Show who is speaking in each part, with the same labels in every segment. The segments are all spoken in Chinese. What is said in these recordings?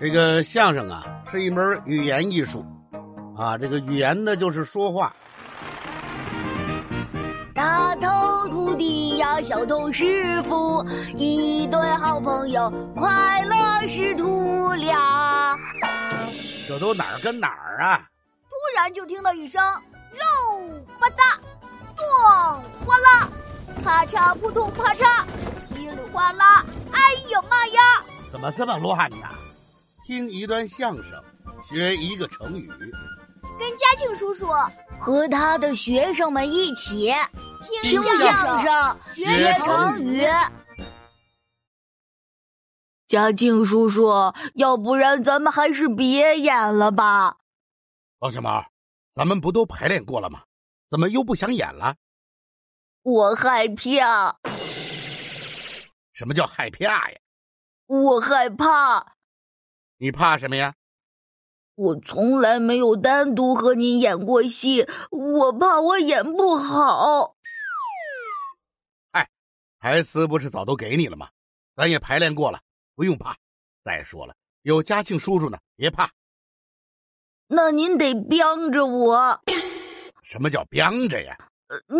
Speaker 1: 这个相声啊，是一门语言艺术，啊，这个语言呢就是说话。
Speaker 2: 大头徒弟呀，小头师傅，一对好朋友，快乐师徒俩。
Speaker 1: 这都哪儿跟哪儿啊？
Speaker 2: 突然就听到一声“肉吧嗒”，咚哗啦，啪嚓扑通啪嚓，稀里哗啦，哎呦妈呀！
Speaker 1: 怎么这么乱呢？听一段相声，学一个成语，
Speaker 2: 跟嘉庆叔叔和他的学生们一起听
Speaker 1: 相
Speaker 2: 声、
Speaker 1: 学成
Speaker 2: 语。嘉庆叔叔，要不然咱们还是别演了吧？
Speaker 1: 老小毛，咱们不都排练过了吗？怎么又不想演了？
Speaker 2: 我害怕，
Speaker 1: 什么叫害怕呀？
Speaker 2: 我害怕，
Speaker 1: 你怕什么呀？
Speaker 2: 我从来没有单独和您演过戏，我怕我演不好。
Speaker 1: 台词不是早都给你了吗？咱也排练过了，不用怕。再说了，有嘉庆叔叔呢，别怕。
Speaker 2: 那您得帮着我，
Speaker 1: 什么叫帮着呀？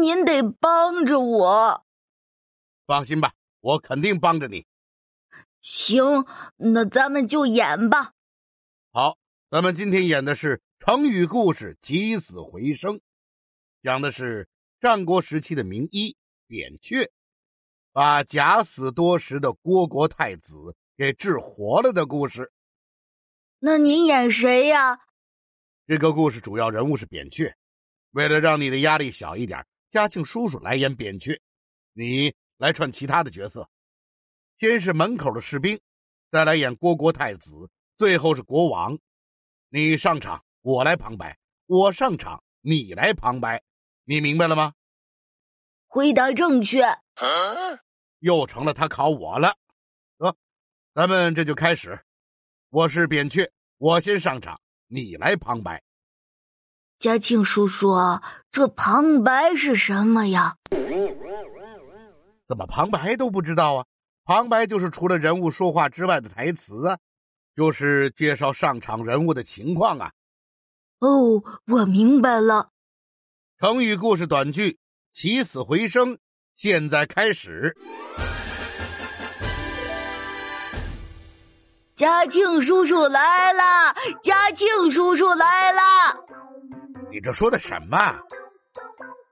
Speaker 2: 您得帮着我。
Speaker 1: 放心吧，我肯定帮着你。
Speaker 2: 行，那咱们就演吧。
Speaker 1: 好，咱们今天演的是成语故事《起死回生》，讲的是战国时期的名医扁鹊，把假死多时的郭国太子给治活了的故事。
Speaker 2: 那您演谁呀？
Speaker 1: 这个故事主要人物是扁鹊。为了让你的压力小一点，嘉庆叔叔来演扁鹊，你来串其他的角色。先是门口的士兵，再来演郭国太子，最后是国王。你上场，我来旁白；我上场，你来旁白。你明白了吗？
Speaker 2: 回答正确。
Speaker 1: 又成了他考我了。得，咱们这就开始。我是扁鹊，我先上场，你来旁白。
Speaker 2: 嘉庆叔叔，这旁白是什么呀？
Speaker 1: 怎么旁白都不知道啊？旁白就是除了人物说话之外的台词啊，就是介绍上场人物的情况啊。
Speaker 2: 哦，我明白了。
Speaker 1: 成语故事短剧《起死回生》，现在开始。
Speaker 2: 嘉庆叔叔来啦！嘉庆叔叔来啦！
Speaker 1: 你这说的什么？啊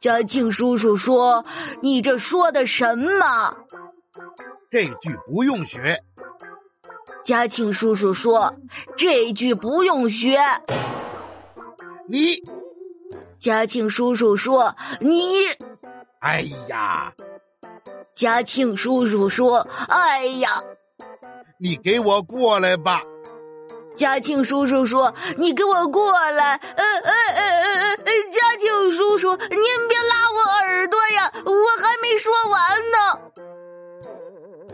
Speaker 2: 嘉庆叔叔说：“你这说的什么
Speaker 1: 这句不用学。？”
Speaker 2: 嘉庆叔叔说：“这句不用学。
Speaker 1: 你，”
Speaker 2: 嘉庆叔叔说：“你。”
Speaker 1: 哎呀，
Speaker 2: 嘉庆叔叔说：“哎呀！”
Speaker 1: 你给我过来吧！
Speaker 2: 嘉庆叔叔说：“你给我过来！”呃呃呃呃呃，呃嘉庆叔叔，您别拉我耳朵呀，我还没说完呢。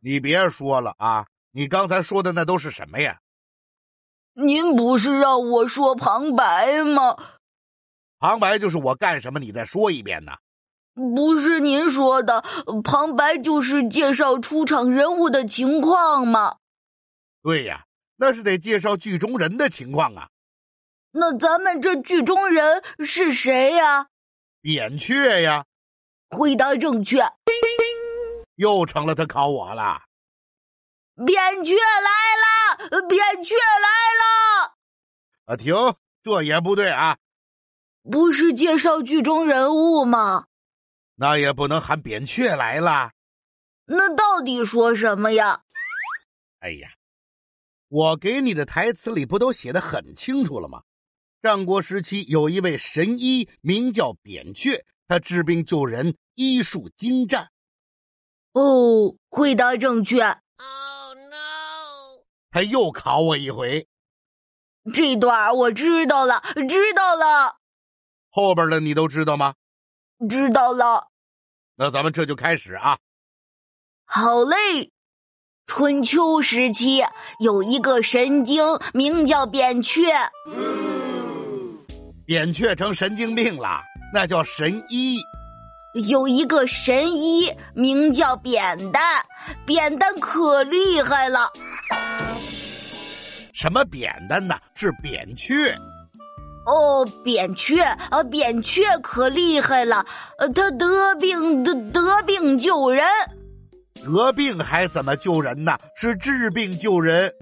Speaker 1: 你别说了啊，你刚才说的那都是什么呀？
Speaker 2: 您不是让我说旁白吗？
Speaker 1: 旁白就是我干什么，你再说一遍呢。
Speaker 2: 不是您说的，旁白就是介绍出场人物的情况吗？
Speaker 1: 对呀，那是得介绍剧中人的情况啊。
Speaker 2: 那咱们这剧中人是谁呀？
Speaker 1: 扁鹊呀，
Speaker 2: 回答正确，
Speaker 1: 又成了他考我了。
Speaker 2: 扁鹊来了，扁鹊来了。
Speaker 1: 啊，停，这也不对啊，
Speaker 2: 不是介绍剧中人物吗？
Speaker 1: 那也不能喊扁鹊来了。
Speaker 2: 那到底说什么呀？
Speaker 1: 哎呀，我给你的台词里不都写的很清楚了吗？战国时期有一位神医，名叫扁鹊，他治病救人，医术精湛。
Speaker 2: 哦，回答正确。
Speaker 1: 他又考我一回，
Speaker 2: 这段儿我知道了，知道了，
Speaker 1: 后边的你都知道吗？
Speaker 2: 知道了。
Speaker 1: 那咱们这就开始啊。
Speaker 2: 好嘞。春秋时期有一个神经，名叫扁鹊。
Speaker 1: 扁鹊成神经病了，那叫神医。
Speaker 2: 有一个神医名叫扁担，扁担可厉害了。
Speaker 1: 什么扁担呢？是扁鹊。
Speaker 2: 哦，扁鹊啊，扁鹊可厉害了，呃，他得病得得病救人。
Speaker 1: 得病还怎么救人呢？是治病救人。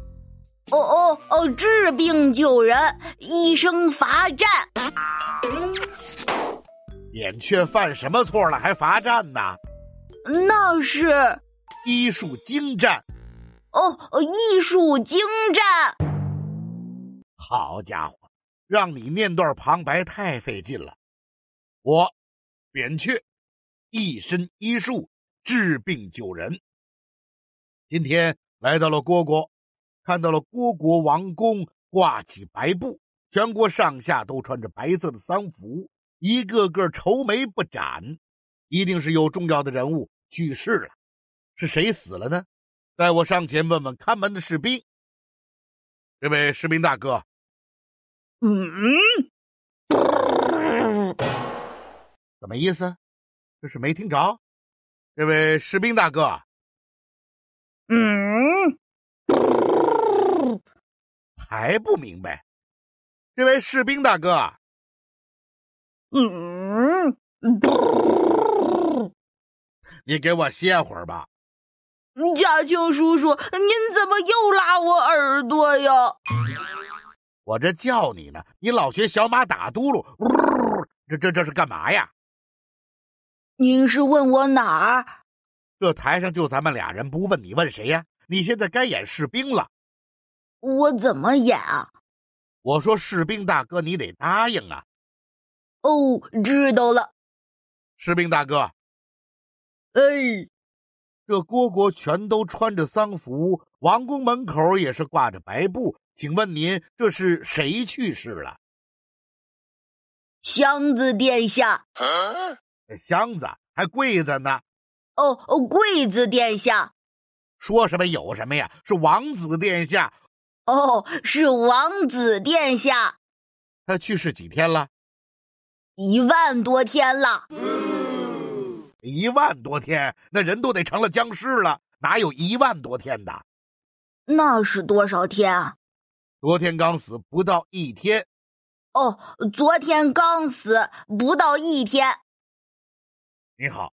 Speaker 2: 哦哦哦，治病救人，医生罚站。
Speaker 1: 扁鹊犯什么错了还罚站呢？
Speaker 2: 那是
Speaker 1: 医术精湛。
Speaker 2: 哦，哦艺术精湛。
Speaker 1: 好家伙，让你念段旁白太费劲了。我，扁鹊，一身医术，治病救人。今天来到了虢国，看到了虢国王宫挂起白布，全国上下都穿着白色的丧服，一个个愁眉不展，一定是有重要的人物去世了。是谁死了呢？带我上前问问看门的士兵。这位士兵大哥，
Speaker 2: 嗯，
Speaker 1: 怎么意思？这是没听着？这位士兵大哥，
Speaker 2: 嗯，
Speaker 1: 还不明白？这位士兵大哥，
Speaker 2: 嗯，
Speaker 1: 你给我歇会儿吧。
Speaker 2: 嘉庆叔叔，您怎么又拉我耳朵呀？
Speaker 1: 我这叫你呢，你老学小马打嘟噜，呜这这这是干嘛呀？
Speaker 2: 您是问我哪儿？
Speaker 1: 这台上就咱们俩人，不问你问谁呀？你现在该演士兵了。
Speaker 2: 我怎么演啊？
Speaker 1: 我说士兵大哥，你得答应啊！
Speaker 2: 哦，知道了。
Speaker 1: 士兵大哥，
Speaker 2: 哎，
Speaker 1: 这虢国全都穿着丧服，王宫门口也是挂着白布，请问您这是谁去世了？
Speaker 2: 祥子殿下，
Speaker 1: 这箱子还柜子呢？
Speaker 2: 哦哦，贵子殿下，
Speaker 1: 说什么有什么呀？是王子殿下，
Speaker 2: 哦，是王子殿下，
Speaker 1: 他去世几天了？
Speaker 2: 一万多天了。
Speaker 1: 一万多天，那人都得成了僵尸了，哪有一万多天的？
Speaker 2: 那是多少天啊？
Speaker 1: 昨天刚死不到一天，
Speaker 2: 哦，昨天刚死，不到一天。
Speaker 1: 你好，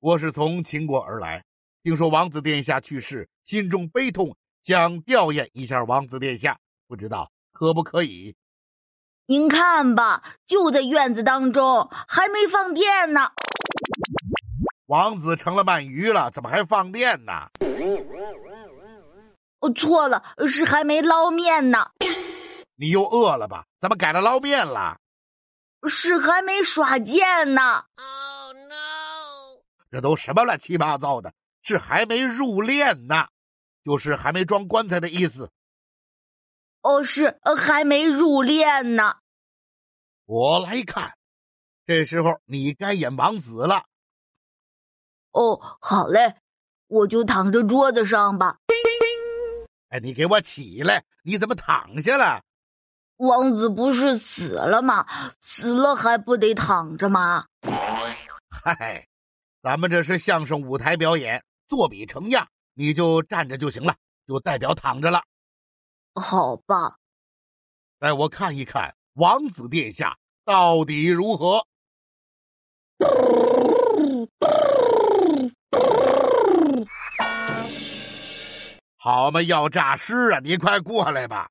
Speaker 1: 我是从秦国而来，听说王子殿下去世，心中悲痛，想吊唁一下王子殿下，不知道可不可以？
Speaker 2: 您看吧，就在院子当中，还没放电呢。
Speaker 1: 王子成了鳗鱼了，怎么还放电呢？
Speaker 2: 哦，错了，是还没捞面呢，
Speaker 1: 你又饿了吧？咱们改了捞面了，
Speaker 2: 是还没耍剑呢。
Speaker 1: 这都什么乱七八糟的？是还没入殓呢，就是还没装棺材的意思。
Speaker 2: 哦，是呃还没入殓呢。
Speaker 1: 我来看，这时候你该演王子了。
Speaker 2: 哦，好嘞，我就躺着桌子上吧。
Speaker 1: 哎，你给我起来！你怎么躺下了？
Speaker 2: 王子不是死了吗？死了还不得躺着吗？
Speaker 1: 嗨，咱们这是相声舞台表演，作比成样，你就站着就行了，就代表躺着了。
Speaker 2: 好吧，
Speaker 1: 带我看一看王子殿下到底如何。好嘛，要诈尸啊！你快过来吧。